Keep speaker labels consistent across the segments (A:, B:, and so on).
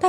A: 大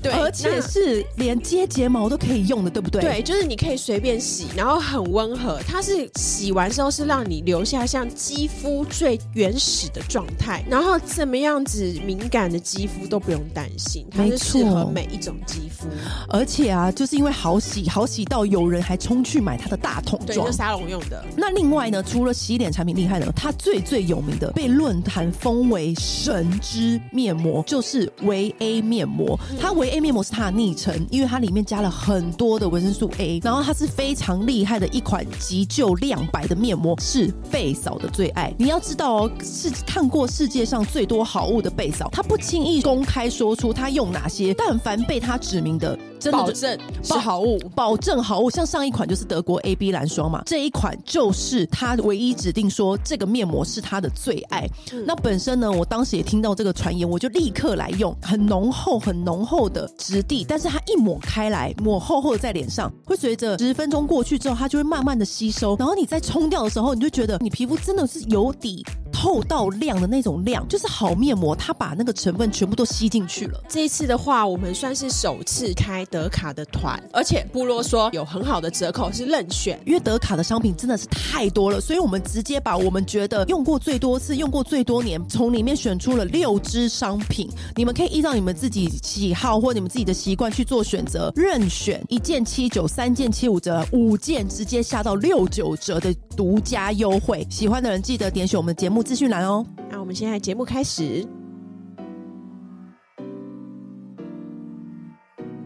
B: 对，
A: 而且
B: 那
A: 是连接睫毛都可以用的，对不对？。
B: 对，就是你可以随便洗，然后很温和。它是洗完之后是让你留下像肌肤最原始的状态，然后怎么样子敏感的肌肤都不用担心，它
A: 没
B: 是
A: 错
B: 适合每一种肌肤。
A: 而且啊，就是因为好洗，好洗到有人还冲去买它的大桶
B: 对，
A: 装
B: 就。沙龙用的。
A: 那另外呢，除了洗脸产品厉害呢，它最最有名的被论坛封为神之面膜，就是维 A 面膜。它维 A 面膜是它的昵称，因为它里面加了很多的维生素 A，然后它是非常厉害的一款急救亮白的面膜，是贝嫂的最爱。你要知道哦，是看过世界上最多好物的贝嫂，她不轻易公开说出她用哪些，但凡被她指明的，真的就
B: 保证是
A: 保
B: 好物，
A: 保证好物，像上一款就是德国 A B 蓝霜嘛，这一款就是它唯一指定说这个面膜是它的最爱。那本身呢，我当时也听到这个传言，我就立刻来用，很浓厚、很浓厚的质地，但是它一抹开来，抹厚厚的在脸上，会随着十分钟过去之后，它就会慢慢的吸收，然后你在冲掉的时候，你就觉得你皮肤真的是有底。透到亮的那种亮，就是好面膜，它把那个成分全部都吸进去了。
B: 这一次的话，我们算是首次开德卡的团，而且部落说有很好的折扣，是任选。
A: 因为德卡的商品真的是太多了，所以我们直接把我们觉得用过最多次、用过最多年，从里面选出了六支商品。你们可以依照你们自己喜好或你们自己的习惯去做选择，任选一件七九、三件七五折、五件直接下到六九折的独家优惠。喜欢的人记得点选我们节目资讯栏哦。
B: 那我们现在节目开始。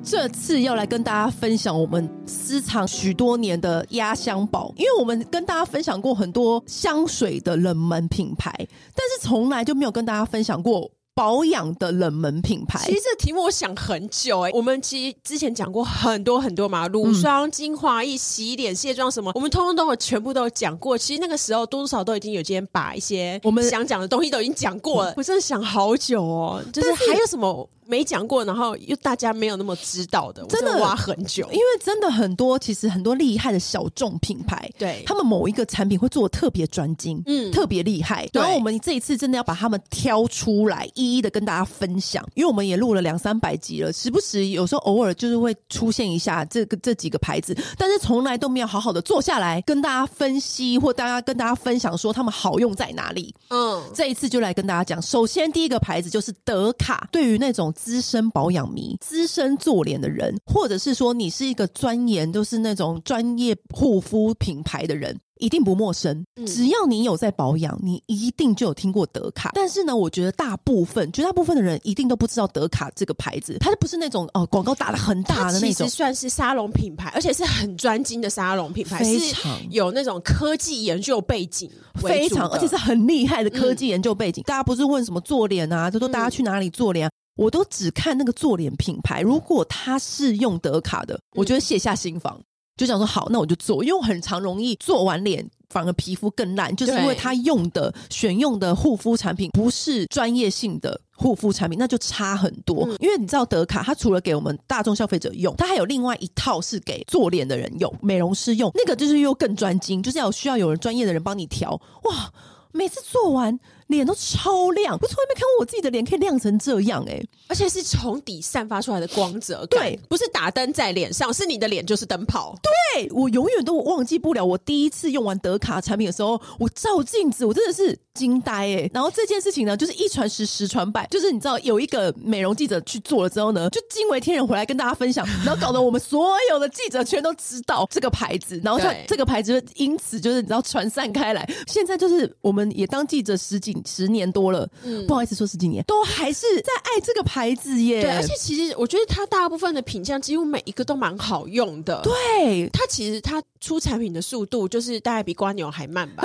A: 这次要来跟大家分享我们私藏许多年的压箱宝，因为我们跟大家分享过很多香水的冷门品牌，但是从来就没有跟大家分享过保养的冷门品牌
B: 其。实这题目我想很久哎、我们其实之前讲过很多很多嘛，乳霜、精华液、洗脸、卸妆什么，我们通通都有全部都有讲过。其实那个时候多多少少都已经有今天把一些
A: 我们
B: 想讲的东西都已经讲过了。我真的想好久哦，就是还有什么没讲过，然后又大家没有那么知道的，我
A: 真的
B: 挖很久
A: 因。为真的很多，其实很多厉害的小众品牌，
B: 对
A: 他们某一个产品会做得特别专精，嗯，
B: 嗯
A: 特别厉害。
B: 对
A: 然后我们这一次真的要把他们挑出来，一一的跟大家分享，因为我们也录了两三百集了，时不时有时候偶尔就是会出现一下这个这几个牌子，但是从来都没有好好的坐下来跟大家分析，或大家跟大家分享说他们好用在哪里。
B: 嗯，
A: 这一次就来跟大家讲，首先第一个牌子就是德卡。对于那种资深保养迷、资深做脸的人，或者是说你是一个钻研就是那种专业护肤品牌的人。一定不陌生，只要你有在保养，你一定就有听过德卡。但是呢，我觉得大部分、绝大部分的人一定都不知道德卡这个牌子，它就不是那种哦广告打的很大的
B: 它
A: 那
B: 其
A: 种
B: 实，算是沙龙品牌，而且是很专精的沙龙品牌，
A: 非
B: 是
A: 常
B: 有那种科技研究背景为
A: 非
B: 主
A: 常，
B: 的嗯
A: 而且是很厉害的科技研究背景。大家不是问什么做脸啊，就说大家去哪里做脸啊？我都只看那个做脸品牌，如果他是用德卡
B: 嗯
A: 的，我觉得卸下心防，就想说好，那我就做，因为我很常容易做完脸。反而皮肤更烂，就是因为
B: 对
A: 他用的选用的护肤产品不是专业性的护肤产品，那就差很多。因为你知道德卡，它除了给我们大众消费者用，它还有另外一套是给做脸的人用、美容师用，那个就是又更专精，就是要需要有人专业的人帮你调。哇，每次做完脸都超亮，我从来没看过我自己的脸可以亮成这样哎、
B: 而且是从底散发出来的光泽感，
A: 对，
B: 不是打灯在脸上，是你的脸就是灯泡，
A: 对我永远都忘记不了我第一次用完德卡产品的时候，我照镜子，我真的是惊呆哎、然后这件事情呢，就是一传十，十传百，就是你知道有一个美容记者去做了之后呢，就惊为天人回来跟大家分享，然后搞得我们所有的记者全都知道这个牌子，然后它
B: 对
A: 这个牌子因此就是你知道传散开来。现在就是我们也当记者十几十年多了，
B: 嗯
A: 不好意思说十几年，都还是在爱这个牌子耶。
B: 对，而且其实我觉得它大部分的品相几乎每一个都蛮好用的，对。
A: 对
B: 它其实它出产品的速度就是大概比瓜牛还慢 吧，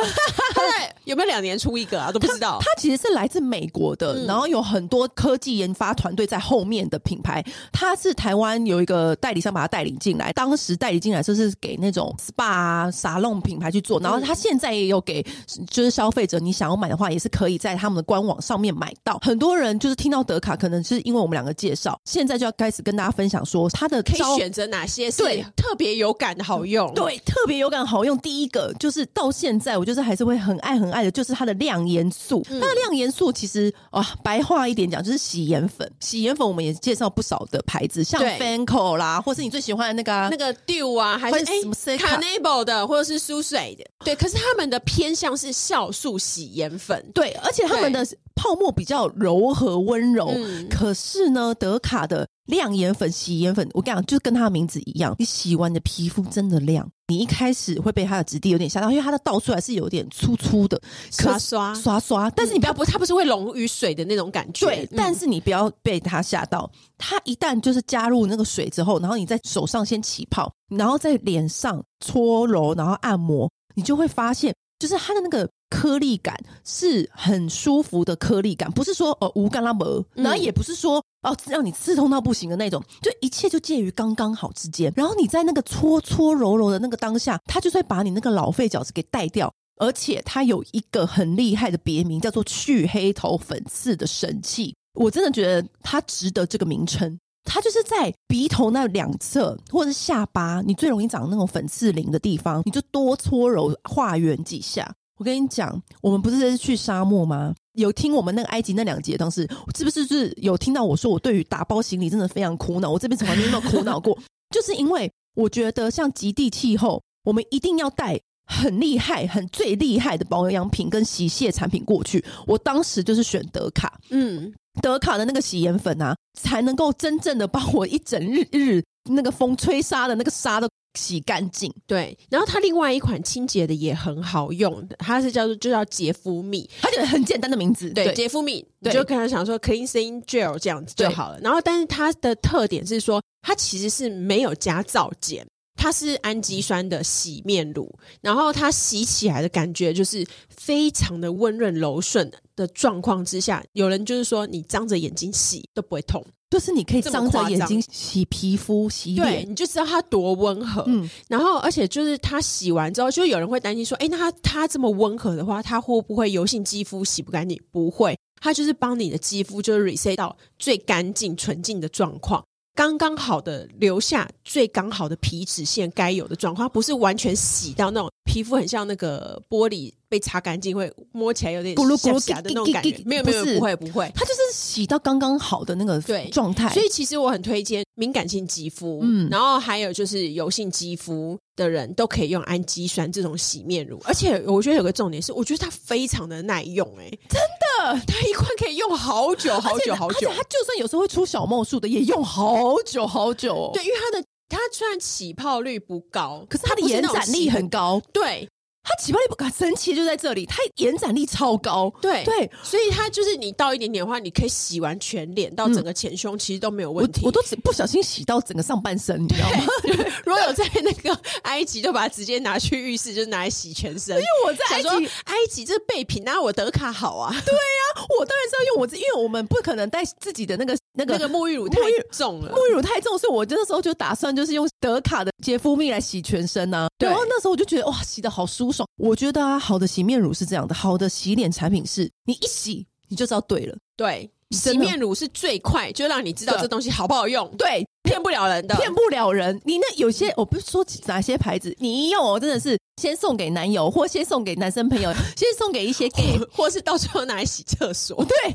B: 它在有没有两年出一个啊都不知道嗯
A: 它。其实是来自美国的，然后有很多科技研发团队在后面的品牌，它是台湾有一个代理商把它代理进来，当时代理进来就是给那种 SPA 啊、沙龙品牌去
B: 嗯
A: 做，然后它现在也有给就是消费者，你想要买的话也是可以在他们的官网上面买到。很多人就是听到德卡，可能是因为我们两个介绍，现在就要开始跟大家分享说它的
B: 可以
A: 招
B: 选择哪些是
A: 对
B: 特别有感的好用？，
A: 对，特别有感好用。第一个就是到现在，我就是还是会很爱很爱的，就是它的亮颜素。
B: 嗯
A: 它的亮颜素其实啊，白话一点讲就是洗颜粉。洗颜粉我们也介绍不少的牌子，像
B: 对
A: Fanco 啦，或是你最喜欢的那个啊
B: 那个 Dew 啊，还是
A: 哎什么 Seca
B: Carnival 的，或者是苏水的，对。可是他们的偏向是酵素洗颜粉，
A: 对，而且他们的泡沫比较柔和温柔，
B: 嗯
A: 可是呢，德卡的亮眼粉、洗颜粉，我跟你讲，就跟它的名字一样，你洗完你的皮肤真的亮。你一开始会被它的质地有点吓到，因为它的倒出来是有点粗粗的，可
B: 刷刷
A: 刷刷，但是你不要
B: 它不，它不是会溶于水的那种感觉。
A: 对，
B: 嗯
A: 但是你不要被它吓到。它一旦就是加入那个水之后，然后你在手上先起泡，然后在脸上搓揉，然后按摩，你就会发现，就是它的那个颗粒感是很舒服的颗粒感，不是说呃无干拉膜，
B: 嗯
A: 然后也不是说哦让你刺痛到不行的那种，就一切就介于刚刚好之间。然后你在那个搓搓揉揉的那个当下，它就会把你那个老废角质给带掉。而且它有一个很厉害的别名，叫做去黑头粉刺的神器。我真的觉得它值得这个名称。它就是在鼻头那两侧或者是下巴，你最容易长那种粉刺鳞的地方，你就多搓揉化缘几下。我跟你讲，我们不是去沙漠吗？有听我们那个埃及那两集的，当时是不是就是有听到我说我对于打包行李真的非常苦恼？我这边从来没有那么苦恼过，就是因为我觉得像极地气候，我们一定要带很厉害、很最厉害的保养品跟洗卸产品过去。我当时就是选德卡，
B: 嗯，
A: 德卡的那个洗颜粉啊，才能够真正的把我一整日日那个风吹沙的那个沙都洗干净。
B: 对。然后它另外一款清洁的也很好用的，它是叫做就叫洁肤蜜，
A: 它就很简单的名字，
B: 对，洁肤蜜，你
A: 对
B: 就跟他想说 cleansing gel 这样子就
A: 对
B: 好了。然后，但是它的特点是说，它其实是没有加皂碱。它是氨基酸的洗面乳，然后它洗起来的感觉就是非常的温润柔顺的状况之下，有人就是说你张着眼睛洗都不会痛，
A: 就是你可以
B: 这么
A: 张着
B: 夸
A: 眼
B: 张
A: 睛洗皮肤、洗
B: 对，
A: 脸。
B: 你就知道它多温和。
A: 嗯，
B: 然后，而且就是它洗完之后，就有人会担心说，哎，那它它这么温和的话，它会不会油性肌肤洗不干净？不会，它就是帮你的肌肤就是 reset 到最干净纯净的状况，刚刚好的留下最刚好的皮脂腺该有的状况，它不是完全洗到那种皮肤很像那个玻璃被擦干净，会摸起来有点
A: 咕噜咕噜
B: 瑕疵的那种感觉
A: 叽叽叽叽。
B: 没有没有，
A: 不是
B: 不会不会。
A: 它就是洗到刚刚好的那个
B: 对
A: 状态，
B: 所以其实我很推荐敏感性肌肤，
A: 嗯
B: 嗯，然后还有就是油性肌肤的人都可以用氨基酸这种洗面乳，而且我觉得有个重点是，我觉得它非常的耐用、哎，真的，它一罐可以用好久好
A: 而且
B: 久好
A: 而且
B: 久，
A: 它就算有时候会出小梦数的，也用好久好久、哦。
B: 对，，因为它的它虽然起泡率不高，
A: 可是它的
B: 不是
A: 延
B: 那种
A: 展力
B: 洗
A: 很高，
B: 对
A: 它起泡力不敢神奇就在这里，它延展力超高。
B: 对
A: 对
B: 所以它就是你倒一点点的话，你可以洗完全脸到整个前胸，其实都没有
A: 嗯
B: 问
A: 我
B: 题。
A: 我都只不小心洗到整个上半身，你知道 吗？
B: 如果有在那个 埃及，就把它直接拿去浴室，就拿来洗全身。因为
A: 我在埃及
B: 埃及这备品，那我德卡好啊，
A: 我当然是要用我自，因为我们不可能带自己的那个那个
B: 那个沐浴乳太
A: 沐浴
B: 重了。
A: 沐浴乳太重，所以我那时候就打算就是用德卡的洁肤蜜来洗全身呐、
B: 对
A: 然后那时候我就觉得哇，洗的好舒爽。我觉得啊，好的洗面乳是这样的，好的洗脸产品是你一洗你就知道对了。
B: 对，洗面乳是最快就让你知道
A: 对
B: 这东西好不好用，
A: 对，
B: 骗不了人的。
A: 骗不了人。你那有些我不是说哪些牌子，你一用我真的是先送给男友，或先送给男生 朋友，先送给一些 gay，
B: 或是到最后拿来洗厕所，
A: 欸对，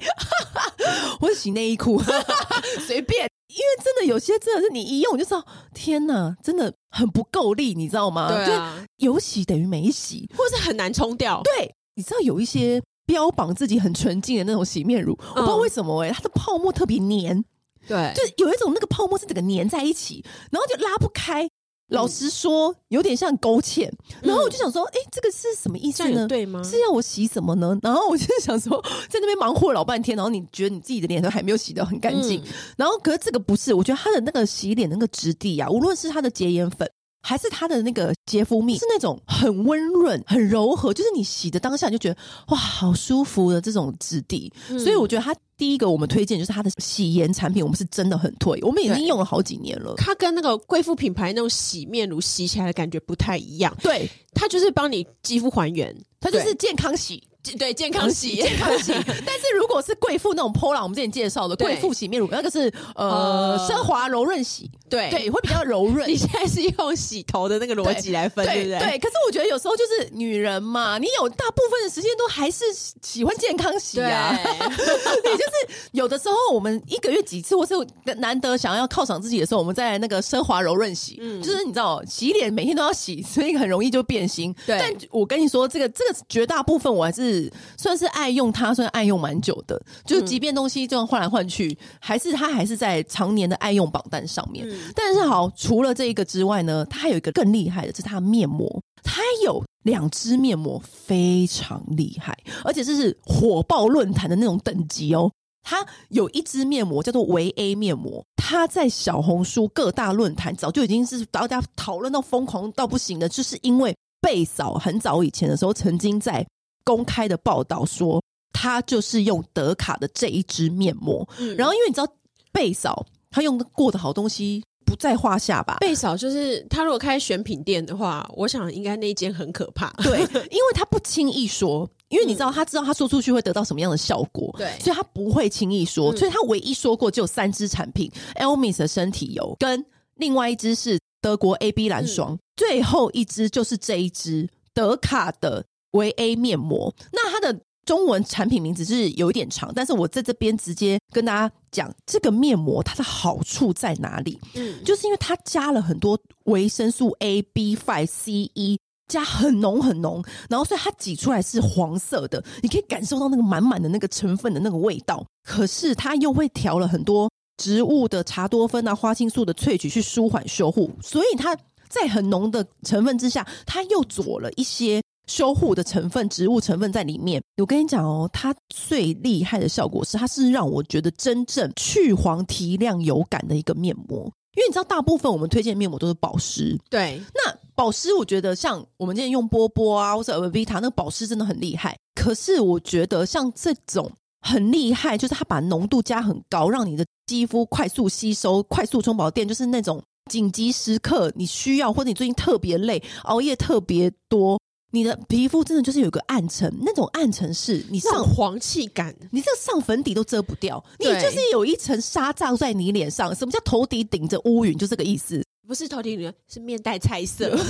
A: 或者洗内衣裤， 随便。因为真的有些真的是你一用你就知道，天哪，真的很不够力，你知道吗？
B: 对啊，
A: 就有洗等于没洗。
B: 或是很难冲掉。
A: 对，你知道有一些标榜自己很纯净的那种洗面乳，我
B: 嗯
A: 不知道为什么哎、它的泡沫特别黏，
B: 对
A: 就有一种那个泡沫是整个粘在一起，然后就拉不开。老实说，有点像勾芡。然后我就想说，哎、这个是什么意
B: 这
A: 思
B: 样有
A: 呢？
B: 对吗？
A: 是要我洗什么呢？然后我就想说， 在那边忙活老半天，然后你觉得你自己的脸都还没有洗得很干净，
B: 嗯
A: 然后可是这个不是，我觉得它的那个洗脸的那个质地啊，无论是它的洁颜粉。还是它的那个洁肤蜜是那种很温润、很柔和，就是你洗的当下你就觉得哇，好舒服的这种质地。
B: 嗯
A: 所以我觉得它第一个我们推荐就是它的洗颜产品，我们是真的很推，我们已经
B: 对
A: 用了好几年了。
B: 它跟那个贵妇品牌那种洗面乳洗起来的感觉不太一样，
A: 对，
B: 它就是帮你肌肤还原，
A: 它就是健康洗，
B: 对对健康 洗。
A: 健康洗。但是如果是贵妇那种 POLA，我们之前介绍的
B: 对
A: 贵妇洗面乳，那个是呃
B: 呃
A: 奢华柔润洗，
B: 对
A: 对，会比较柔润
B: 你。现在是用洗头的那个逻辑来分，对不对？
A: 对，可是我觉得有时候就是女人嘛，你有大部分的时间都还是喜喜欢健康洗
B: 对
A: 啊。你就是有的时候我们一个月几次，或是难得想要犒赏自己的时候，我们再来那个奢华柔润洗，就是你知道洗脸每天都要洗，所以很容易就变心。
B: 对
A: 但我跟你说，这个这个绝大部分我还是算是爱用它，算爱用蛮久的。就是即便东西这样换来换去，还是它还是在常年的爱用榜单上面。但是好，除了这一个之外呢，它还有一个更厉害的，就是它的面膜，它有两支面膜非常厉害，而且这是火爆论坛的那种等级哦。它有一支面膜叫做维 A 面膜，它在小红书各大论坛早就已经是大家讨论到疯狂到不行的，就是因为贝嫂很早以前的时候曾经在公开的报道说，她就是用德卡的这一支面膜，
B: 嗯
A: 然后因为你知道贝嫂她用过的好东西不在话下吧？
B: 贝嫂就是他，如果开选品店的话，我想应该那一间很可怕。
A: 对，因为他不轻易说，因为你知道，他知道他说出去会得到什么样的效果，
B: 对
A: 所以他不会轻易说，所以他唯一说过只有三支产品：Elmis 的身体油，跟另外一支是德国 AB 蓝霜，最后一支就是这一支德卡的维 A 面膜。那它的中文产品名字是有一点长，但是我在这边直接跟大家讲，这个面膜它的好处在哪里？
B: 嗯，
A: 就是因为它加了很多维生素 A、B、five、C、E，加很浓很浓，然后所以它挤出来是黄色的，你可以感受到那个满满的那个成分的那个味道。可是它又会调了很多植物的茶多酚啊、花青素的萃取去舒缓修护，所以它在很浓的成分之下，它又佐了一些。修护的成分、植物成分在里面，我跟你讲哦，它最厉害的效果是，它是让我觉得真正去黄提亮有感的一个面膜。因为你知道，大部分我们推荐的面膜都是保湿，
B: 对，
A: 那保湿，我觉得像我们今天用波波啊，或者 l v i t a 那个保湿真的很厉害。可是我觉得像这种很厉害，就是它把浓度加很高，让你的肌肤快速吸收、快速充饱电，就是那种紧急时刻你需要，或者你最近特别累、熬夜特别多，你的皮肤真的就是有一个暗沉，那种暗沉是你
B: 那
A: 上
B: 种黄气感，
A: 你这个上粉底都遮不掉，你
B: 对
A: 就是有一层纱罩在你脸上。什么叫头顶顶着乌云？就这个意思。
B: 不是头顶脸，是面带菜色。
A: 就想说，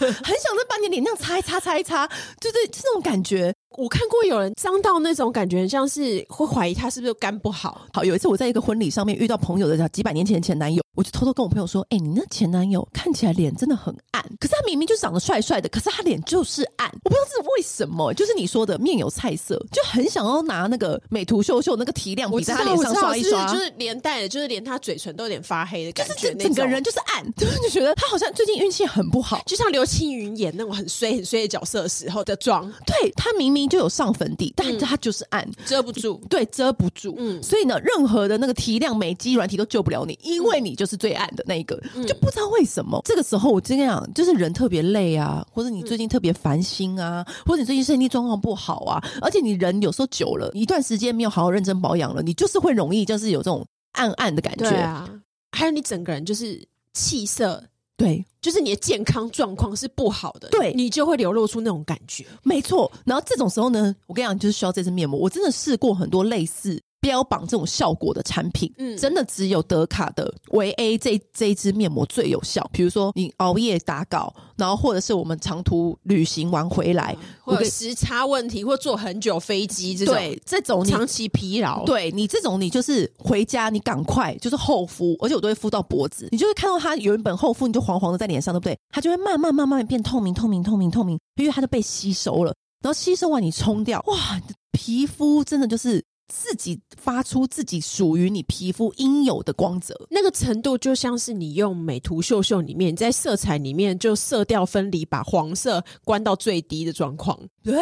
A: 很想再把你脸那样擦一擦，擦一擦，就是这种感觉。
B: 我看过有人脏到那种感觉，很像是会怀疑他是不是肝不好。
A: 好，有一次我在一个婚礼上面遇到朋友的几百年前的前男友，我就偷偷跟我朋友说：“哎、你那前男友看起来脸真的很暗，可是他明明就长得帅帅的，可是他脸就是暗，我不知道是为什么。就是你说的面有菜色，就很想要拿那个美图秀秀那个提
B: 哦
A: 亮笔在他脸上刷一刷，
B: 就是就是连带的，就是连他嘴唇都有点发黑的
A: 就
B: 感
A: 是
B: 觉，
A: 整整个人。就是暗， 就是就觉得他好像最近运气很不好。
B: 就像刘青云演那种很衰很衰的角色的时候的妆，
A: 对他明明就有上粉底，
B: 嗯
A: 但他就是暗。
B: 遮不 住。
A: 对，遮不住。
B: 嗯
A: 所以呢，任何的那个提亮美肌软体都救不了你，因为你就是最暗的那一个，就不知道为什么。这个时候我真的讲，就是人特别累啊，或者你最近特别烦心啊，或者你最近身体状况不好啊，而且你人有时候久了一段时间没有好好认真保养了，你就是会
B: 啊
A: 容易就是有这种暗暗的感觉。
B: 啊，还有你整个人就是气色
A: 对，
B: 就是你的健康状况是不好的，
A: 对
B: 你就会流露出那种感觉。
A: 没错。然后这种时候呢，我跟你讲，就是需要这支面膜。我真的试过很多类似标榜这种效果的产品，
B: 嗯
A: 真的只有德卡的维 A 这这一支面膜最有效。比如说你熬夜打稿，然后或者是我们长途旅行完回来，
B: 或
A: 我
B: 者
A: 跟
B: 时差问题，或坐很久飞机嗯这种，
A: 对这种你
B: 长期疲劳，，
A: 对你这种，你就是回家，你赶快就是厚敷，而且我都会敷到脖子，你就会看到它原本厚敷，你就黄黄的在脸上，对不对？它就会慢慢慢慢变透明、透明、透明、透明，因为它就被吸收了。然后吸收完你冲掉，哇，你的皮肤真的就是自己发出自己属于你皮肤应有的光泽。
B: 那个程度就像是你用美图秀秀里面，你在色彩里面就色调分离，把黄色关到最低的状况，
A: 对，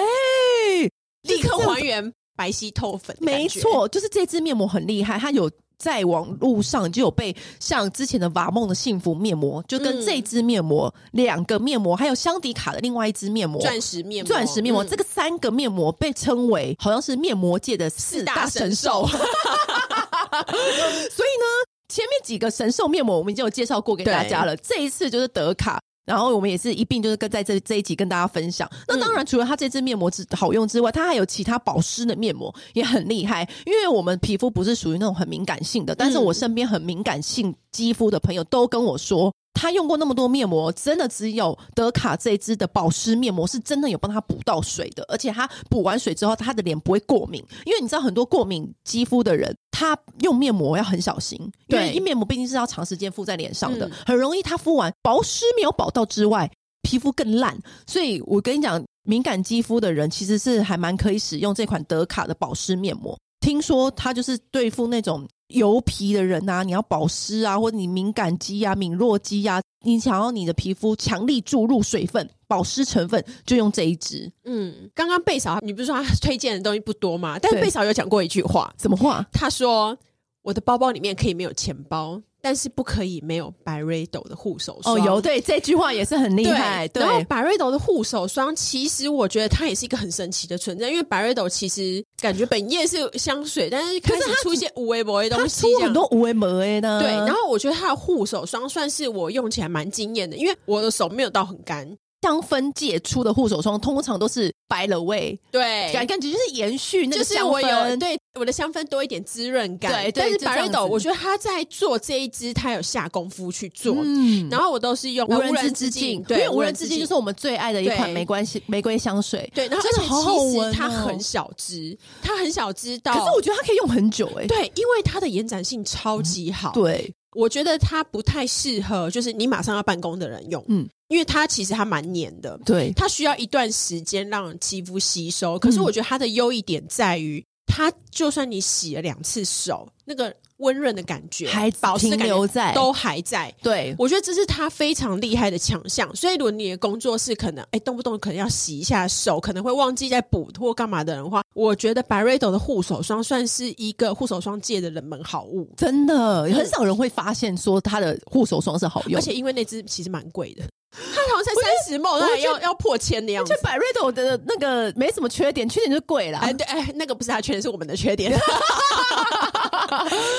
B: 立
A: 就是
B: 刻
A: 这种
B: 还原白皙透粉。
A: 没，错，就是这支面膜很厉害，它有在网络上就有被像之前的瓦梦的幸福面膜，就跟
B: 嗯
A: 这支面膜、两个面膜，还有香迪卡的另外一支面膜。
B: 钻石面膜，
A: 钻石面膜，
B: 嗯
A: 这个三个面膜被称为好像是面膜界的四
B: 四
A: 大
B: 大
A: 神
B: 神
A: 兽，
B: 兽
A: 所以呢，前面几个神兽面膜我们已经有介绍过给大家了，这一次就是德卡。然后我们也是一并就是跟在这这一集跟大家分享。那
B: 嗯
A: 当然，除了它这支面膜之好用之外，它还有其他保湿的面膜也很厉害。因为我们皮肤不是属于那种很敏感性的，但是
B: 嗯
A: 我身边很敏感性肌肤的朋友都跟我说，他用过那么多面膜，真的只有德卡这支的保湿面膜是真的有帮他补到水的，而且他补完水之后，他的脸不会过敏，因为你知道很多过敏肌肤的人，他用面膜要很小心，因为
B: 对
A: 一面膜毕竟是要长时间敷在脸上的，
B: 嗯
A: 很容易他敷完保湿没有保到之外，皮肤更烂。所以我跟你讲，敏感肌肤的人其实是还蛮可以使用这款德卡的保湿面膜。听说它就是对付那种油皮的人啊，你要保湿啊，或者你敏感肌啊、敏弱肌啊，你想要你的皮肤强力注入水分、保湿成分，就用这一支。
B: 嗯，刚刚贝嫂，你不是说他推荐的东西不多吗？但是
A: 对
B: 贝嫂有讲过一句话，
A: 怎么画？
B: 他说：“我的包包里面可以没有钱包，但是不可以没有百瑞斗的护手霜。”
A: 哦，有对这句话也是很厉害，对
B: 然后百瑞斗的护手霜，其实我觉得它也是一个很神奇的存在，因为百瑞斗其实感觉本业是香水，但是开始出现无微博的
A: 它
B: 东西
A: 出
B: 这样
A: 很多无为膜哎呢。
B: 对，然后我觉得它的护手霜算是我用起来蛮惊艳的，因为我的手没有到很干。
A: 香氛界出的护手霜通常都是白了味，
B: 对，
A: 感感觉就是延续那
B: 哎就
A: 个
B: 是
A: 香
B: 我有
A: 氛。
B: 对我的香氛多一点滋润感，
A: 对对
B: 但是
A: 就这样
B: 百瑞斗，
A: 子
B: 我觉得他在做这一支，他有下功夫去做。
A: 嗯
B: 然后我都是用
A: 无
B: 呃
A: 人之之境，因为
B: 对，
A: 无人之境就是我们最爱的一款
B: 对
A: 玫瑰香玫瑰香水。
B: 对。然后
A: 真的好好
B: 而且其
A: 闻
B: 实它
A: 哦
B: 很小支，它很小支到，
A: 可是我觉得它可以用很久哎。
B: 对，因为它的延展性超级好，
A: 对，
B: 我觉得它不太适合就是你马上要办公的人用，
A: 嗯
B: 嗯，因为它其实还蛮黏的，
A: 对，
B: 它需要一段时间让肌肤吸收。可是
A: 嗯
B: 我觉得它的优一点在于，它就算你洗了两次手，那个温润的感觉、
A: 还
B: 保湿的
A: 停
B: 感
A: 留
B: 觉
A: 在
B: 都还在。
A: 对
B: 我觉得这是它非常厉害的强项。所以，如果你的工作是可能哎动不动可能要洗一下手，可能会忘记再补或干嘛的人的话，我觉得百瑞斗的护手霜算是一个护手霜界的冷门好物。
A: 真的很少人会发现说它的护手霜是好用，
B: 嗯而且因为那支其实蛮贵的，它好像才三十毛，
A: 我
B: 那
A: 觉
B: 要要破千的样子
A: 这。百瑞朵的那个没什么缺点，缺点就是贵啦。
B: 哎，对，哎，那个不是他缺点，是我们的缺 点。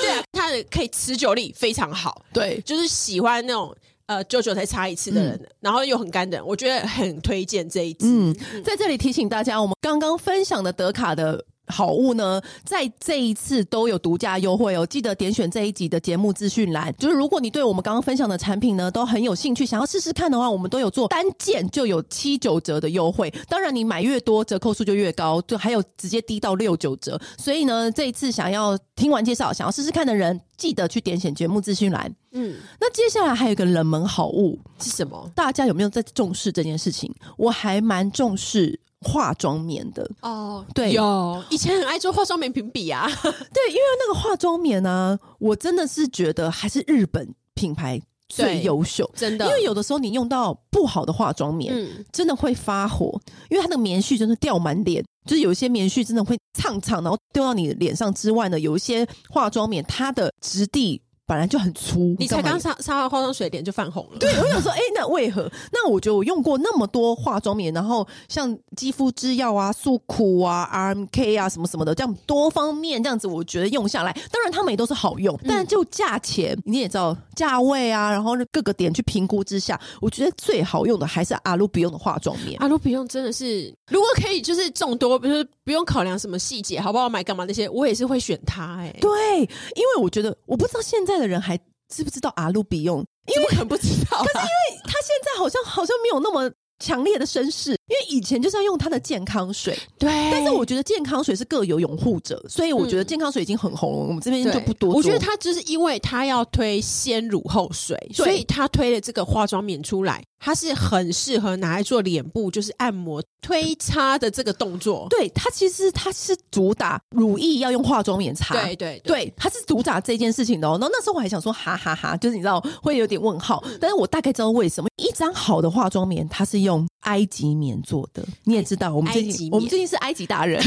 B: 对啊，它的可以持久力非常好，
A: 对，
B: 就是喜欢那种呃久久才擦一次的人，然后又很干的人，我觉得很推荐这一支。
A: 嗯，在这里提醒大家，我们刚刚分享的德卡的。好物呢，在这一次都有独家优惠哦！记得点选这一集的节目资讯栏。就是如果你对我们刚刚分享的产品呢都很有兴趣，想要试试看的话，我们都有做单件就有七九折的优惠。当然，你买越多，折扣数就越高，就还有直接低到六九折。所以呢，这一次想要听完介绍，想要试试看的人，记得去点选节目资讯栏。
B: 嗯，
A: 那接下来还有一个冷门好物，
B: 是什么？
A: 大家有没有在重视这件事情？我还蛮重视化妆棉的，
B: 哦，
A: 对
B: 有以前很爱做化妆棉评比啊，
A: 对，因为那个化妆棉呢、我真的是觉得还是日本品牌最
B: 对
A: 优秀，
B: 真
A: 因
B: 因为
A: 为
B: 有
A: 有的时候你用到不好的化妆棉，
B: 嗯，
A: 真的会发火，因为它那个棉絮真的掉满脸，就是有一些棉絮真的会蹭蹭，然后丢到你的脸上之外呢，有一些化妆棉它的质地。本来就很粗，
B: 你才
A: 干嘛
B: 刚擦擦完化妆水，脸就泛红了。
A: 对，我想说，哎、那为何？那我觉得我用过那么多化妆棉，然后像肌肤之钥啊、素苦啊、RMK 啊什么什么的，这样多方面这样子，我觉得用下来，当然它们也都是好用，但就价钱、你也知道价位啊，然后各个点去评估之下，我觉得最好用的还是阿鲁比用的化妆棉。
B: 阿鲁比用真的是，如果可以，就是众多，比如说不用考量什么细节，好不好买干嘛那些，我也是会选它、哎，
A: 对，因为我觉得我不知道现在的人还知不知道阿鲁比用，
B: 因为很不知道、啊。可是
A: 它现在好像好像没有那么强烈的绅士，因为以前就是要用它的健康水。
B: 对，
A: 但是我觉得健康水是各有拥护者，所以我觉得健康水已经很红了，我们这边就不多做。
B: 嗯我觉得他就是因为他要推先乳后水，所以他推了这个化妆棉出来，它是很适合拿来做脸部就是按摩推擦的这个动作。
A: 对它其实它是主打乳液要用化妆棉擦，
B: 对对对
A: 对，它是主打这件事情的哦。然后那时候我还想说，哈哈哈就是你知道会有点问号，
B: 嗯
A: 但是我大概知道为什么。一张好的化妆棉，它是用埃及棉做的，你也知道，我们最
B: 埃及
A: 近
B: 棉
A: 我们最近是埃及达 人，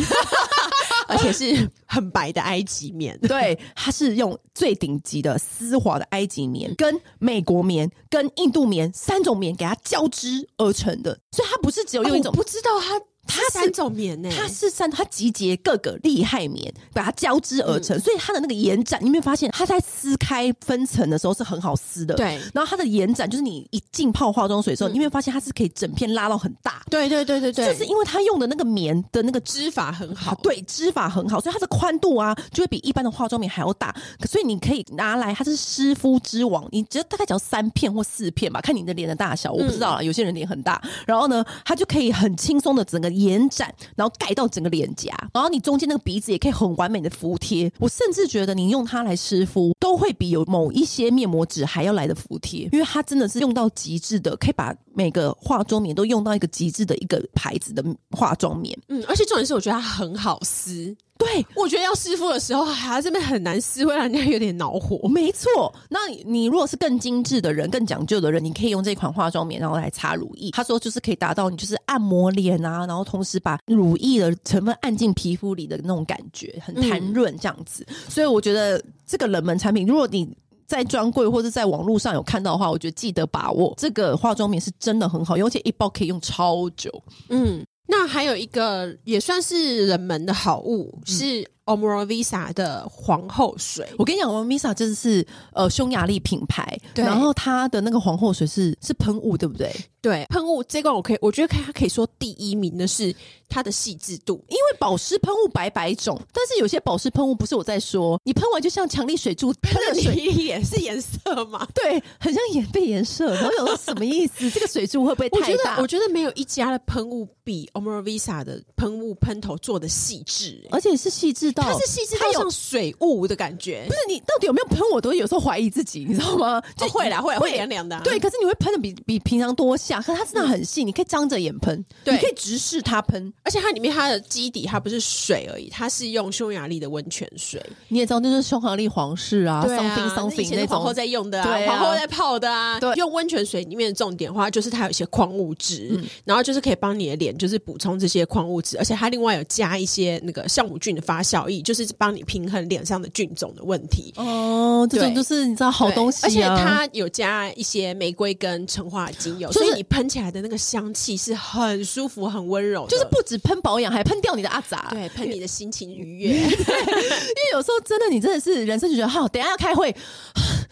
B: 而且是很白的埃及棉，
A: 对，它是用最顶级的丝滑的埃及棉、跟美国棉、跟印度棉三种棉给它交织而成的，所以它不是只有用一种
B: 我不欸知道它哦它
A: 是
B: 三种棉呢、
A: 它是三，它集结各个厉害棉，把它交织而
B: 嗯
A: 成，所以它的那个延展，你有没有发现它在撕开分层的时候是很好撕的？。
B: 对
A: 然后它的延展，就是你一浸泡化妆水的时候，你有没有发现它是可以整片拉到很大？
B: 对对对对对，啊
A: 就是因为它用的那个棉的那个织
B: 织法很好
A: 法，，对织法很好，所以它的宽度啊就会比一般的化妆棉还要大。可所以你可以拿来，它是湿敷之王，你只要大概只要三片或四片吧，看你的脸的大小，我不知道啦，有些人脸很大，然后呢，它就可以很轻松的整个延展，然后盖到整个脸颊，然后你中间那个鼻子也可以很完美的服帖。我甚至觉得你用它来湿敷，都会比有某一些面膜纸还要来的服帖，因为它真的是用到极致的，可以把每个化妆棉都用到一个极致的一个牌子的化妆棉。
B: 嗯，而且重点是我觉得它很好撕，
A: 对，
B: 我觉得要师傅的时候，还这边很难撕，会让人家有点恼火。
A: 没错，那你你如果是更精致的人、更讲究的人，你可以用这款化妆棉，然后来擦乳液。他说就是可以达到你就是按摩脸啊，然后同时把乳液的成分按进皮肤里的那种感觉，很弹润这样子。所以我觉得这个冷门产品，如果你在专柜或者在网络上有看到的话，我觉得记得把握这个化妆棉是真的很好用，而且一包可以用超久。
B: 嗯，那还有一个也算是冷门的好物、是 Omro Visa 的皇后水，
A: 我跟你讲，我们 Misa 这是呃匈牙利品牌，
B: 对
A: 然后它的那个皇后水是是喷雾，对不对？
B: 对喷雾这罐我可以，我觉得它可以说第一名的是它的细致度。
A: 因为保湿喷雾百百种，但是有些保湿喷雾不是我在说，你喷完就像强力水柱喷
B: 那
A: 了水，
B: 你也是颜色吗？
A: 对，很像眼被颜射。然后有说什么意思？这个水柱会不会
B: 我
A: 太
B: 觉
A: 大
B: 得，我？觉得没有一家的喷雾比 Omro Visa 的喷雾喷头做的细致、欸
A: 而且是细致到，
B: 它是细致
A: 它
B: 到
A: 有
B: 像水雾的感觉
A: 不。是你到底有没有喷？我都有时候怀疑自己，你知道吗？
B: 就哦会啦，会啦会凉凉的、啊。
A: 对，可是你会喷的比比平常多下，可是它真的很细，你可以张着眼喷，
B: 对
A: 你可以直视它喷。
B: 而且它里面它的基底它不是水而已，它是用匈牙利的温泉水，
A: 你也知道，那就是匈牙利皇室啊，something
B: 以
A: something
B: 前
A: 那
B: 是皇后
A: 种。
B: 在用的啊，
A: 对啊
B: 皇后在泡的啊。
A: 对
B: 用温泉水里面的重点的话，就是它有一些矿物质，
A: 嗯
B: 然后就是可以帮你的脸就是补充这些矿物质，而且它另外有加一些那个酵母菌的发酵液，就是帮你平衡脸上的菌种的问题。
A: 哦，这种
B: 对
A: 就是你知道好东西、啊，
B: 而且它有加一些玫瑰跟橙花精油，
A: 就是
B: 所以你喷起来的那个香气是很舒服、很温柔的，
A: 就是不止喷保养，还喷掉你的阿杂。
B: 对喷你的心情愉悦。
A: 因为有时候真的，你真的是人生就觉得好，等一下要开会，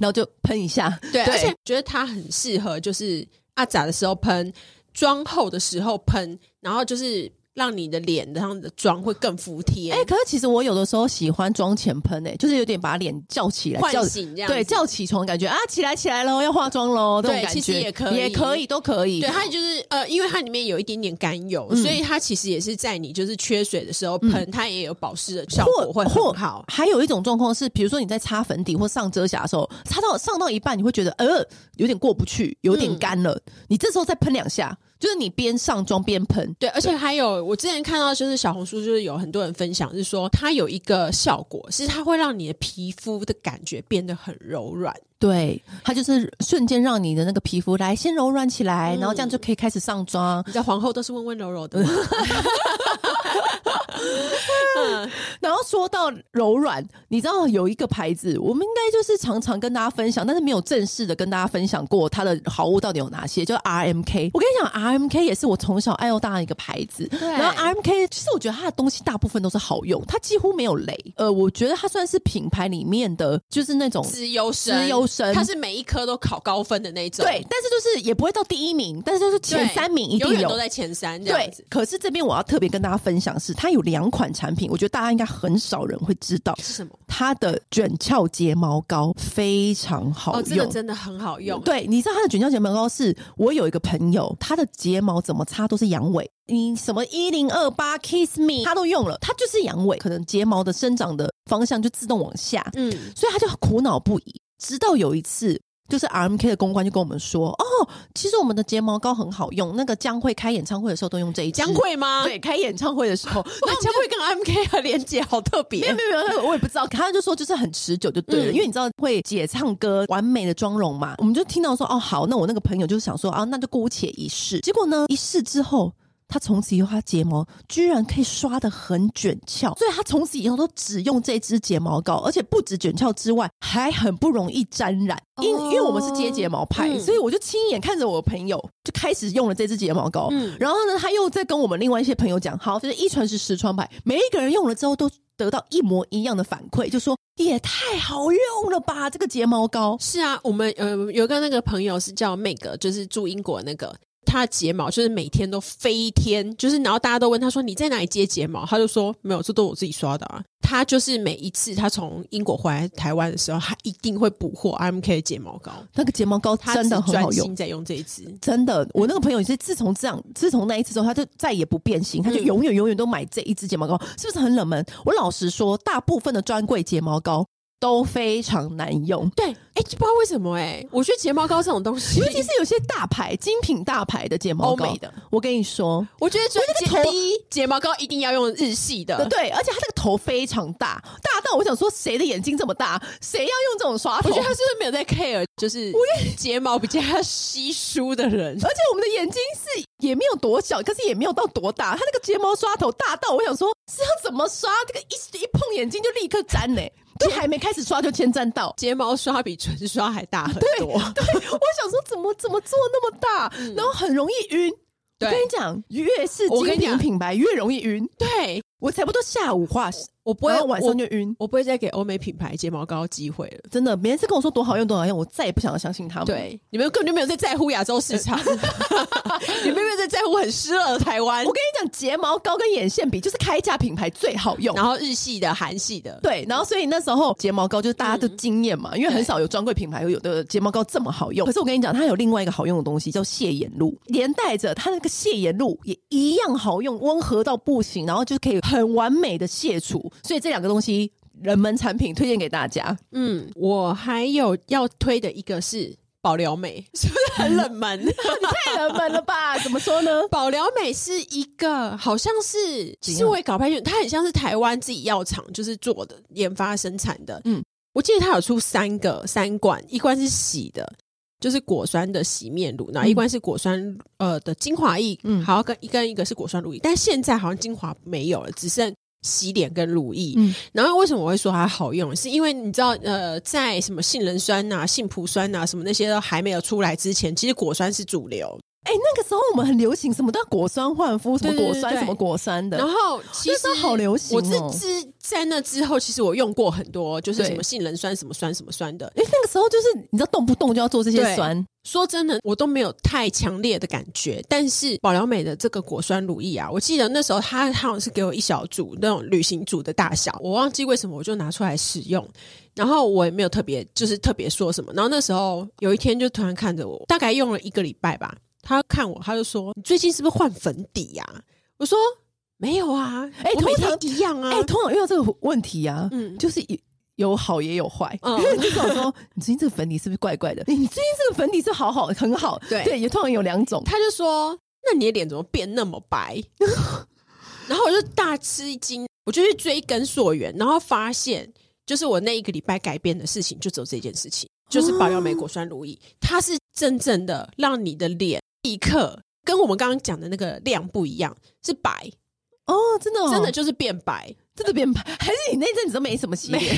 A: 然后就喷一下。
B: 对，而且觉得它很适合，就是阿杂的时候喷，妆后的时候喷，然后就是让你的脸然后你的妆会更服帖，
A: 哎、可是其实我有的时候喜欢妆前喷诶、就是有点把脸叫起来，叫
B: 唤醒这样子
A: 对，叫起床的感觉啊，起来起来喽，要化妆喽，这种
B: 对
A: 感
B: 其实
A: 觉
B: 也可以
A: 也可以，都可以。
B: 对，它就是呃，因为它里面有一点点甘油，所以它其实也是在你就是缺水的时候喷，它也有保湿的效果会很好。
A: 还有一种状况是，比如说你在擦粉底或上遮瑕的时候，擦到上到一半，你会觉得呃有点过不去，有
B: 嗯
A: 点干了，你这时候再喷两下，就是你边上妆边喷，
B: 对，而且还有，我之前看到就是小红书，就是有很多人分享，是说它有一个效果，是它会让你的皮肤的感觉变得很柔软。
A: 对，它就是瞬间让你的那个皮肤来先柔软起
B: 嗯
A: 来，然后这样就可以开始上妆。嗯
B: 你知道皇后都是温温柔柔的吗，嗯
A: 然后说到柔软，你知道有一个牌子，我们应该就是常常跟大家分享，但是没有正式的跟大家分享过它的好物到底有哪些，就 RMK。我跟你讲，RMK 也是我从小爱用大的一个牌子。然后 RMK 其实我觉得它的东西大部分都是好用，它几乎没有雷。呃，我觉得它算是品牌里面的，就是那种
B: 自由神，
A: 资优生
B: 他是每一科都考高分的那一种，
A: 对，但是就是也不会到第一名，但是就是前
B: 对
A: 三名一
B: 永
A: 定
B: 远
A: 有
B: 都。在前三这样
A: 对
B: 子。，
A: 可是这边我要特别跟大家分享是，它有两款产品，我觉得大家应该很少人会知道。
B: 是什么？
A: 它的卷翘睫毛膏非常好
B: 哦，这个
A: 用。
B: 真的很好用，
A: 对，你知道它的卷翘睫毛膏是我有一个朋友，他的睫毛怎么擦都是阳痿。你什么一零二八 Kiss Me，他都用了，他就是阳痿，可能睫毛的生长的方向就自动往下，
B: 嗯，
A: 所以他就苦恼不已。直到有一次，就是 RMK 的公关就跟我们说：“哦，其实我们的睫毛膏很好用，那个将会开演唱会的时候都用这一支。”
B: 江蕙吗？，
A: 对，开演唱会的时 候，
B: 哇，江蕙跟 M K 的连接好特
A: 没有
B: 别，
A: 没有没有，我也不知道。他就说就是很持久就对了，
B: 嗯
A: 因为你知道会姐唱歌完美的妆容嘛，我们就听到说哦好，那我那个朋友就想说啊，那就姑且一试。结果呢，一试之后。她从此以后，她睫毛居然可以刷的很卷翘，所以她从此以后都只用这支睫毛膏，而且不止卷翘之外，还很不容易沾染。因、因为我们是接睫毛派，
B: 嗯
A: 所以我就亲眼看着我朋友就开始用了这支睫毛膏，
B: 嗯
A: 然后呢，他又在跟我们另外一些朋友讲，好，就是一传十，十传百，每一个人用了之后都得到一模一样的反馈，就说也太好用了吧，这个睫毛膏。
B: 是啊，我们呃有个那个朋友是叫 Meg，就是住英国那个，他的睫毛就是每天都飞天，就是然后大家都问他说你在哪里接睫毛，他就说没有，这都我自己刷的啊。他就是每一次他从英国回来台湾的时候，他一定会补 货 M K 的睫毛膏，
A: 那个睫毛膏
B: 他
A: 真的
B: 只
A: 很好
B: 专
A: 用
B: 心，在用这一支。
A: 真的。我那个朋友也是自从这样，自从那一次之后，他就再也不变
B: 嗯
A: 形，他就永远永远都买这一支睫毛膏，是不是很冷门？我老实说，大部分的专柜睫毛膏都非常难用。
B: 对，哎、就不知道为什么哎、我觉得睫毛膏这种东 西，
A: 尤其是有些大牌、精品大牌的睫毛
B: 欧
A: 膏，
B: 美的，
A: 我跟你说，
B: 我觉得最
A: 我那个
B: 头
A: 头
B: 第一睫毛膏一定要用日系的，
A: 对，而且他那个头非常大，大到我想说，谁的眼睛这么大？谁要用这种刷头？，
B: 我觉得他是不是没有在 care，就是睫毛比较稀疏的人
A: 而且我们的眼睛是也没有多小，可是也没有到多大。他那个睫毛刷头大到我想说，是要怎么刷？这个一一碰眼睛就立刻粘 呢、就还没开始刷就先沾到。
B: 睫毛刷比唇刷还大很多。
A: 对，我想说怎么怎么做那么大，然后很容易晕。我
B: 嗯对
A: 跟你讲，越是
B: 我跟
A: 精
B: 你
A: 品
B: 讲
A: 品牌越容易晕。
B: 对，
A: 我才不都下午画，
B: 我不
A: 然
B: 会
A: 后晚
B: 我
A: 上就晕。
B: 我不会再给欧美品牌睫毛膏机会了。
A: 真的，每次跟我说多好用多好用，我再也不想要相信他们。
B: 对，你们根本就没有在在乎亚洲市场，
A: 呃
B: 你们没有在在乎很湿热的台湾
A: 我，跟你讲，睫毛膏跟眼线笔就是开价品牌最好用。
B: 然后日系的、韩系的，
A: 对，然后所以那时候睫毛膏就是大家都惊艳嘛，因为很少有专柜品牌有的睫毛膏这么好用。可是我跟你讲，它有另外一个好用的东西叫蟹眼露，连带着它那个蟹眼露也一样好用，温和到不行，然后就可以很完美的卸除。所以这两个东西，人们产品推荐给大家。
B: 嗯，我还有要推的一个是保疗美， 是不是很冷门？
A: 太冷门了吧？怎么说呢？
B: 保疗美是一个好像是
A: 怎样
B: 是为搞派去，它很像是台湾自己药厂就是做的研发生产的。
A: 嗯
B: 嗯，我记得它有出三个三罐，一罐是洗的，就是果酸的洗面乳，然后一罐是果酸呃的精华液，
A: 嗯
B: 嗯，还有跟一跟一个是果酸乳液，但现在好像精华没有了，只剩。洗脸跟乳液，
A: 嗯
B: 然后为什么我会说它好用？是因为你知道，呃，在什么杏仁酸呐、杏脯酸呐、啊什么那些都还没有出来之前，其实果酸是主流，
A: 哎、那个时候我们很流行什么都要果酸焕肤，什么
B: 对对
A: 果酸
B: 对对
A: 什么果酸的。
B: 然后其
A: 那
B: 实
A: 时候好流行
B: 我
A: 哦
B: 自知在那之后，其实我用过很多，就是
A: 对
B: 什么杏仁酸、什么酸、什么酸的。
A: 哎、那个时候就是你知道，动不动就要做这些
B: 对
A: 酸，
B: 说真的，我都没有太强烈的感觉。但是保疗美的这个果酸乳液啊，我记得那时候它它好像是给我一小组那种旅行组的大小，我忘记为什么我就拿出来使用。然后我也没有特别，就是特别说什么。然后那时候有一天就突然看着我，大概用了一个礼拜吧，他看我，他就说：“你最近是不是换粉底呀、我说：“没有啊，
A: 哎
B: 我每
A: 通
B: 天
A: 常
B: 一样啊。
A: 哎、通常遇到这个问题啊，
B: 嗯
A: 就是有有好也有坏。
B: 嗯
A: 因为你想说，你最近这个粉底是不是怪怪的？你最近这个粉底是好好很好，
B: 对
A: 也通常有两种。
B: 他就说：“那你的脸怎么变那么白？” 然后我就大吃一惊，我就去追根溯源，然后发现，就是我那一个礼拜改变的事情，就只有这件事情，就是保养美果酸乳液，它是真正的让你的脸立刻跟我们刚刚讲的那个量不一样，是白。
A: 哦，真的、哦，
B: 真的就是变白，
A: 真的变白，还是你那阵子都没什么洗脸，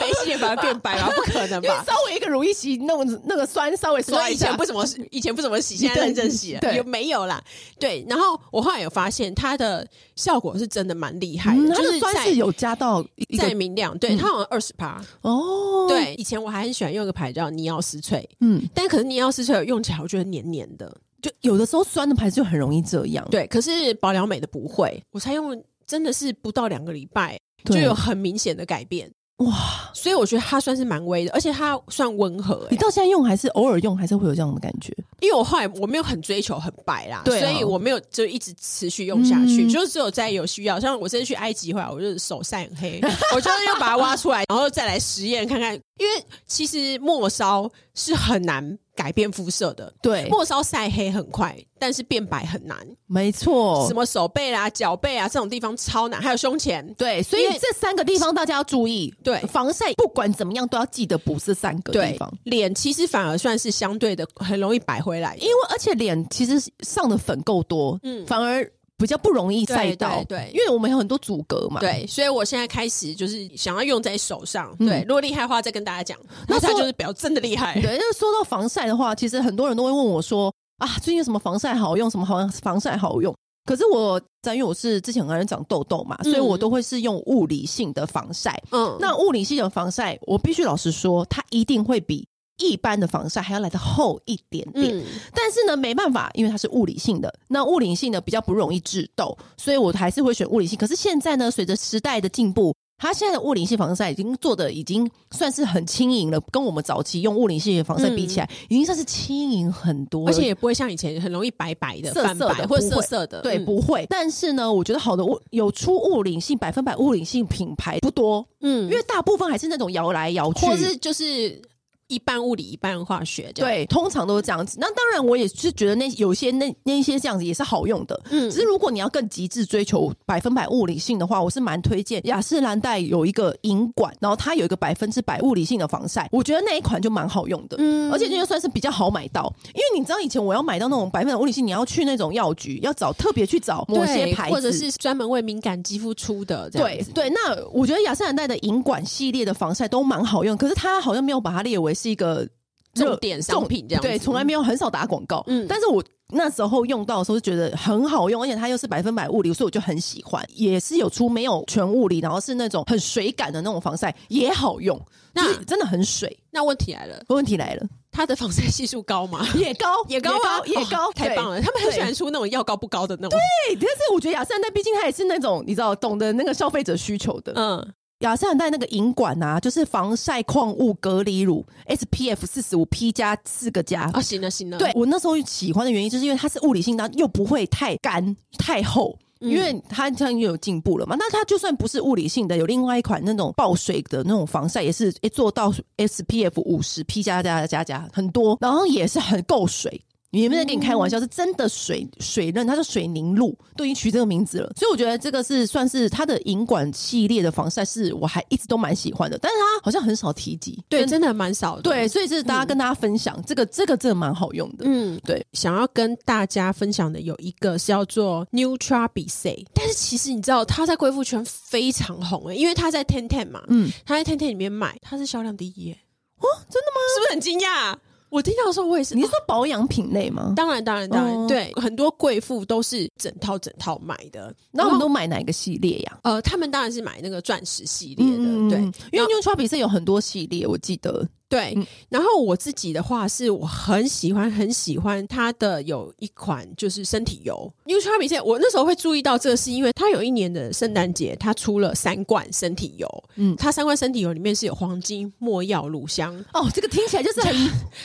B: 没洗脸反而变白吗？不可能
A: 因为
B: 吧？
A: 稍微一个乳液洗，那种那个酸稍微
B: 所
A: 刷
B: 以
A: 一
B: 以前
A: 下
B: 不，怎么，以前不怎 么洗，现在
A: 对
B: 认真洗了，
A: 对
B: 有没有啦？对，然后我后来有发现它的效果是真的蛮厉害
A: 嗯，
B: 的，
A: 它
B: 就
A: 的
B: 是
A: 酸
B: 在
A: 是有加到一
B: 在
A: 个嗯
B: 明亮，对，它好像二十八。
A: 哦，，
B: 对，以前我还很喜欢用一个牌叫尼奥斯翠，
A: 嗯，
B: 但可是尼奥斯翠用起来我觉得黏黏的，
A: 就有的时候酸的牌子就很容易这样，
B: 对，可是保养美的不会，我才用真的是不到两个礼拜就
A: 对
B: 有很明显的改变，
A: 哇，
B: 所以我觉得它算是蛮微的，而且它算温和、
A: 你
B: 欸，
A: 到现在用还是偶尔用，还是会有这样的感觉，
B: 因为我后来我没有很追求很白啦，
A: 对啊
B: 所以我没有就一直持续用下去，
A: 嗯
B: 就只有在有需要，像我这次去埃及回来，我就是手晒很黑， 我就是又把它挖出来，然后再来实验看看，因为其实末梢是很难改变肤色的，
A: 对，
B: 末梢晒黑很快，但是变白很难。
A: 没错
B: 什，么手背啦、脚背啊这种地方超难，还有胸前。
A: 对，所以
B: 因为
A: 这三个地方大家要注意，
B: 对
A: 防晒不管怎么样都要记得补这三个地
B: 对
A: 方。，
B: 脸其实反而算是相对的，很容易白回来的。
A: 因为而且脸其实上的粉够多，
B: 嗯
A: 反而比较不容易晒到，
B: 对对对
A: 因为我们有很多阻隔嘛，。
B: 对，所以我现在开始就是想要用在手上。
A: 嗯
B: 对，如果厉害的话，再跟大家讲。
A: 那
B: 那他
A: 说
B: 就是比较真的厉害。
A: 对，那说到防晒的话，其实很多人都会问我说啊，最近有什么防晒好用，什么防防晒好用？可是我在因为我是之前很爱长痘痘嘛，所以我都会是用物理性的防晒。
B: 嗯，
A: 那物理性的防晒，我必须老实说，它一定会比一般的防晒还要来的厚一点点。
B: 嗯，
A: 但是呢，没办法，因为它是物理性的，那物理性的比较不容易致痘，所以我还是会选物理性。可是现在呢，随着时代的进步，它现在的物理性防晒已经做的已经算是很轻盈了，跟我们早期用物理性的防晒比起来，已经算是轻盈很多了，
B: 嗯而且也不会像以前很容易白白的、
A: 涩
B: 泛
A: 涩的
B: 白或者
A: 不
B: 涩
A: 会
B: 涩的。
A: 对
B: 嗯，
A: 不会。但是呢，我觉得好的物有出物理性百分百物理性品牌不多，
B: 嗯，
A: 因为大部分还是那种摇来摇去，
B: 或是就是一半物理一半化学这样。
A: 对，通常都是这样子。那当然，我也是觉得那有些那那一些这样子也是好用的。嗯，
B: 嗯
A: 只是如果你要更极致追求百分百物理性的话，我是蛮推荐雅诗兰黛有一个银管，然后它有一个百分之百物理性的防晒，我觉得那一款就蛮好用的。
B: 嗯
A: 而且这就算是比较好买到，因为你知道以前我要买到那种百分百物理性，你要去那种药局，要找特别去找某些
B: 对
A: 牌子，
B: 或者是专门为敏感肌肤出的这样
A: 对
B: 子
A: 对，那我觉得雅诗兰黛的银管系列的防晒都蛮好用，可是它好像没有把它列为是一个热
B: 重点商品这样子
A: 对，从来没有很少打广告。
B: 嗯
A: 嗯，但是我那时候用到的时候就觉得很好用，而且它又是百分百物理，所以我就很喜欢。也是有出没有全物理，然后是那种很水感的那种防晒也好用，
B: 那
A: 就是真的很水。
B: 那问题来了，
A: 问题来了，
B: 它的防晒系数高吗？
A: 也高
B: 也高啊，
A: 也高，
B: 哦太棒了！他们很喜欢出那种要高不高的那种。
A: 对，哎但是我觉得雅诗兰黛毕竟它也是那种你知道懂得那个消费者需求的，
B: 嗯，
A: 雅诗兰黛那个银管啊，就是防晒矿物隔离乳 SPF 四十五 P 加四个加。
B: 啊，行了行了，
A: 对，我那时候喜欢的原因，就是因为它是物理性的，又不会太干太厚，
B: 嗯
A: 因为它这样又有进步了嘛。那它就算不是物理性的，有另外一款那种爆水的那种防晒，也是诶做到 SPF 五十 P 加加加加很多，然后也是很够水。你们在跟你开玩笑，是真的水水润，它是水凝露，都已经取这个名字了。所以我觉得这个是算是它的银管系列的防晒，是我还一直都蛮喜欢的，但是它好像很少提及。
B: 对，
A: 跟
B: 真的蛮少的。
A: 对，，所以是大家跟大家分享、这个，这个真的蛮好用的。
B: 嗯，
A: 对，
B: 想要跟大家分享的有一个是叫做 Nutra b s a 但是其实你知道它在贵妇圈非常红诶、欸因为它在 Ten Ten 嘛，嗯
A: 嗯，
B: 它在 Ten Ten 里面卖，它是销量第一、欸，
A: 哦，真的吗？
B: 是不是很惊讶？我听到的时候我也是，
A: 你是说保养品类吗？
B: 当然当然当然，
A: 哦
B: 对，很多贵妇都是整套整套买的，
A: 那我们都买哪一个系列呀？
B: 呃，他们当然是买那个钻石系列的，对，
A: 嗯因为
B: 然后
A: New t r a p 是有很多系列，我记得。
B: 对，然后我自己的话是我很喜欢很喜欢它的有一款就是身体油 New t r a b 我那时候会注意到这个是因为它有一年的圣诞节，它出了三罐身体油，嗯
A: 嗯，
B: 它三罐身体油里面是有黄金、没药、乳香，
A: 哦，这个听起来就是很，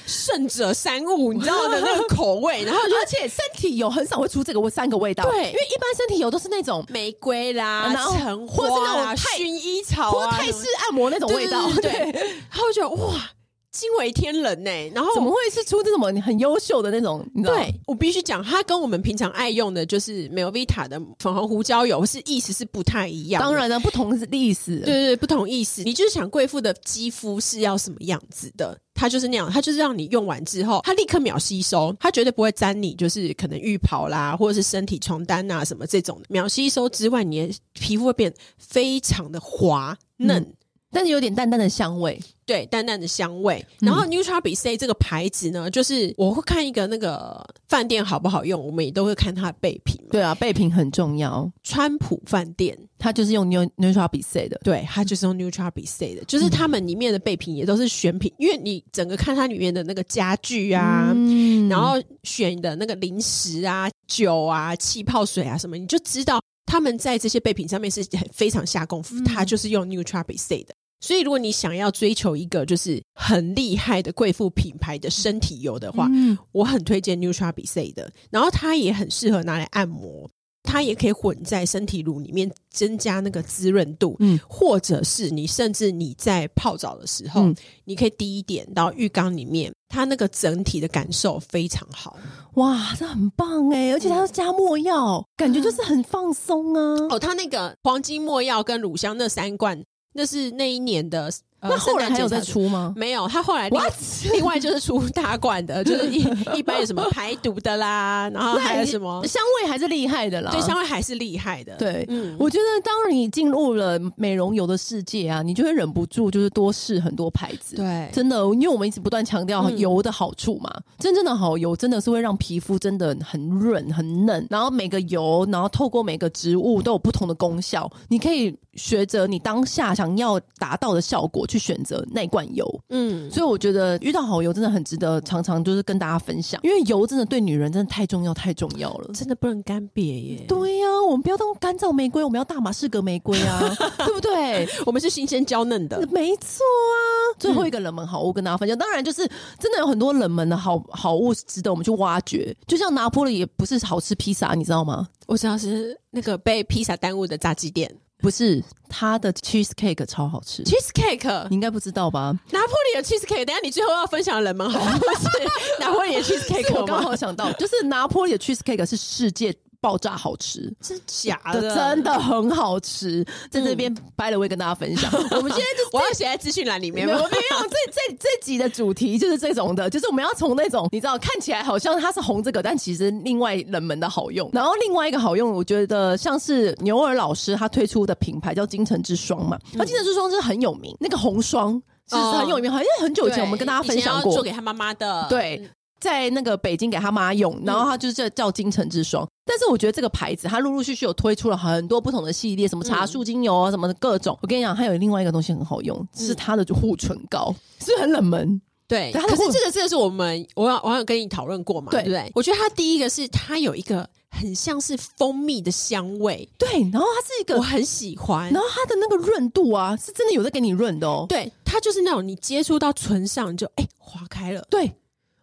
B: 胜者三物，你知道的那个口味，然后 就
A: 而且身体油很少会出这个三个味道，
B: 对
A: 因为一般身体油都是那种
B: 玫瑰啦、
A: 然后
B: 橙
A: 或是那
B: 花
A: 种
B: 啦、
A: 泰
B: 薰衣草
A: 或
B: 啊，
A: 泰式按摩那种味道，
B: 对对对对，然后我觉得哇，惊为天人呢、然后
A: 怎么会是出这种很优秀的那种？你知道吗
B: 对我必须讲，它跟我们平常爱用的就是 Melvita 的粉红胡椒油是意思是不太一样。
A: 当，然了，啊不同的意思。
B: 对对对，不同意思。你就是想贵妇的肌肤是要什么样子的，它就是那样，它就是让你用完之后，它立刻秒吸收，它绝对不会沾你，就是可能浴袍啦，或者是身体床单啊什么这种的，秒吸收之外，你的皮肤会变非常的滑嫩。
A: 但是有点淡淡的香味。
B: 对，淡淡的香味。
A: 嗯
B: 然后 Nutra b C 这个牌子呢，就是我会看一个那个饭店好不好用，我们也都会看它的备品嘛。
A: 对啊，备品很重要，
B: 川普饭店，
A: 它就是用 New Nutra 比赛的。
B: 对，它就是用 Nutra b C 的，就是
A: 嗯
B: 他们里面的备品也都是选品，因为你整个看它里面的那个家具啊，
A: 嗯
B: 然后选的那个零食啊、酒啊、气泡水啊什么，你就知道他们在这些备品上面是很非常下功夫，
A: 嗯
B: 他就是用 Nutra b C 的。所以，如果你想要追求一个就是很厉害的贵妇品牌的身体油的话，
A: 嗯
B: 我很推荐 Nutra b C 的，然后它也很适合拿来按摩，它也可以混在身体乳里面增加那个滋润度，
A: 嗯
B: 或者是你甚至你在泡澡的时候，
A: 嗯
B: 你可以滴一点到浴缸里面，它那个整体的感受非常好。
A: 哇，这很棒哎！而且它要加墨药，感觉就是很放松啊。
B: 哦，它那个黄金墨药跟乳香那三罐，那是那一年的。呃
A: 那后来还有再？
B: 圣诞节才
A: 出吗
B: 没有，它后来另
A: ？What？
B: 另外就是出大罐的，就是一 一般有什么排毒的啦，然后还有什么
A: 香味还是厉害的啦。
B: 哦对，香味还是厉害的。
A: 对
B: 嗯
A: 我觉得当你进入了美容油的世界啊，你就会忍不住就是多试很多牌子。
B: 对
A: 真的，因为我们一直不断强调
B: 嗯
A: 油的好处嘛，真正的好油真的是会让皮肤真的很润、很嫩，然后每个油，然后透过每个植物都有不同的功效，你可以学着你当下想要达到的效果去选择那罐油。
B: 嗯，
A: 所以我觉得遇到好油真的很值得，常常就是跟大家分享，因为油真的对女人真的太重要、太重要了。
B: 真的不能干瘪耶。
A: 对呀、我们不要当干燥玫瑰，我们要大马士革玫瑰 啊，对不对？
B: 我们是新鲜娇嫩的，
A: 没错啊，最后一个冷门好物跟大家分享，当然就是真的有很多冷门的好好物是值得我们去挖掘。就像拿破仑也不是好吃披萨，你知道吗？
B: 我知道是那个被披萨耽误的炸鸡店
A: 不是，他的 cheesecake 超好吃，
B: cheesecake。
A: 你应该不知道吧？
B: 拿破里的 cheesecake，等一下你最后要分享的冷门好 物是拿破里的
A: 这
B: cheesecake
A: 我刚
B: 吗
A: 好想到，就是拿破仑的 cheesecake 是世界爆炸好吃。
B: 真假
A: 的嗯
B: 的？
A: 真的很好吃，在这边掰了我也跟大家分 享。我们今天就
B: 我要写在资讯栏里面
A: 没有
B: 吗？
A: 没有，这这这集的主题就是这种的，就是我们要从那种你知道看起来好像它是红这个，但其实另外冷门的好用。然后另外一个好用，我觉得像是牛尔老师他推出的品牌叫金城之霜嘛，
B: 嗯
A: 那金城之霜是很有名，那个红霜是不是很有名，好像很久以前我们跟大家分享
B: 哦以前要
A: 过
B: 做，给他妈妈的。
A: 对。在那个北京给他妈
B: 嗯
A: 用，然后他就是叫叫金城之霜。但是我觉得这个牌子，它陆陆续续有推出了很多不同的系列，什么茶树精油啊，什么的各种。我跟你讲，还有另外一个东西很好用，
B: 嗯
A: 是它的护唇膏，是不是很冷门？
B: 对，
A: 对它的
B: 可是
A: 混
B: 这个这个是我们我有我有跟你讨论过嘛，对
A: 对
B: 不对？我觉得它第一个是它有一个很像是蜂蜜的香味，
A: 对，然后它是一个
B: 我，很喜欢
A: 然。后它的那个润度啊，是真的有在给你润的哦。
B: 对，它就是那种你接触到唇上你就哎划开了，
A: 对，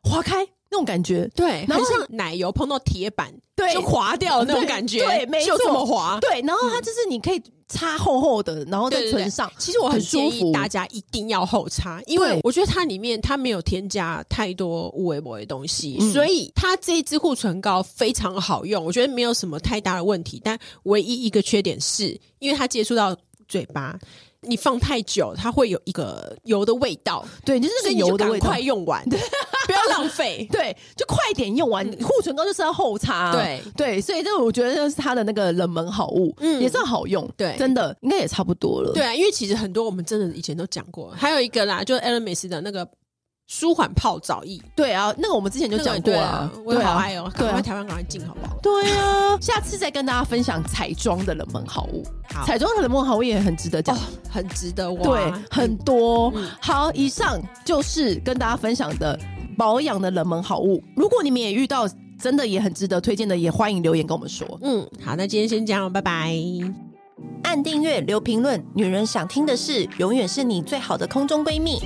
A: 划开那种感觉，
B: 对，
A: 然
B: 很
A: 后
B: 像奶油碰到铁板
A: 对
B: 就滑掉的那种感觉，
A: 对对没
B: 就这
A: 错
B: 么滑。
A: 对，然后它就是你可以擦厚厚的，然后在
B: 对对
A: 唇上，
B: 其实我很
A: 舒
B: 建议
A: 服
B: 大家一定要后擦，因为
A: 对
B: 我觉得它里面它没有添加太多无微博的东西，
A: 嗯
B: 所以它这一支护唇膏非常好用，我觉得没有什么太大的问题。但唯一一个缺点是，因为它接触到嘴巴，你放太久，它会有一个油的味道，
A: 对，就是那
B: 所
A: 个
B: 以你就
A: 油的
B: 赶
A: 味道
B: 快。用 完，不要浪费。
A: 对，就快点用完护唇膏就是要后擦，啊
B: 嗯对
A: 对，所以这个我觉得就是它的那个冷门好物，
B: 嗯
A: 嗯，也算好用，
B: 对
A: 真的应该也差不多了，
B: 对，啊，因为其实很多我们真的以前都讲过，还有一个啦，就是 Elemis 的那个舒缓泡澡液，
A: 对啊，那个我们之前就
B: 那个
A: 讲过
B: 对
A: 了
B: 啊，我也好
A: 啊，
B: 爱哦，
A: 对
B: 赶
A: 啊
B: 快台湾赶快进好不好？
A: 对啊，下次再跟大家分享彩妆的冷门好物，
B: 好
A: 彩妆的冷门好物也很值得讲
B: 哦。，很值得哇！嗯
A: 对，很多。好，以上就是跟大家分享的保养的冷门好物。如果你们也遇到真的也很值得推荐的，也欢迎留言跟我们说。
B: 嗯，好，那今天先这样，拜拜。
A: 按订阅，留评论。女人想听的事，永远是你最好的空中闺蜜。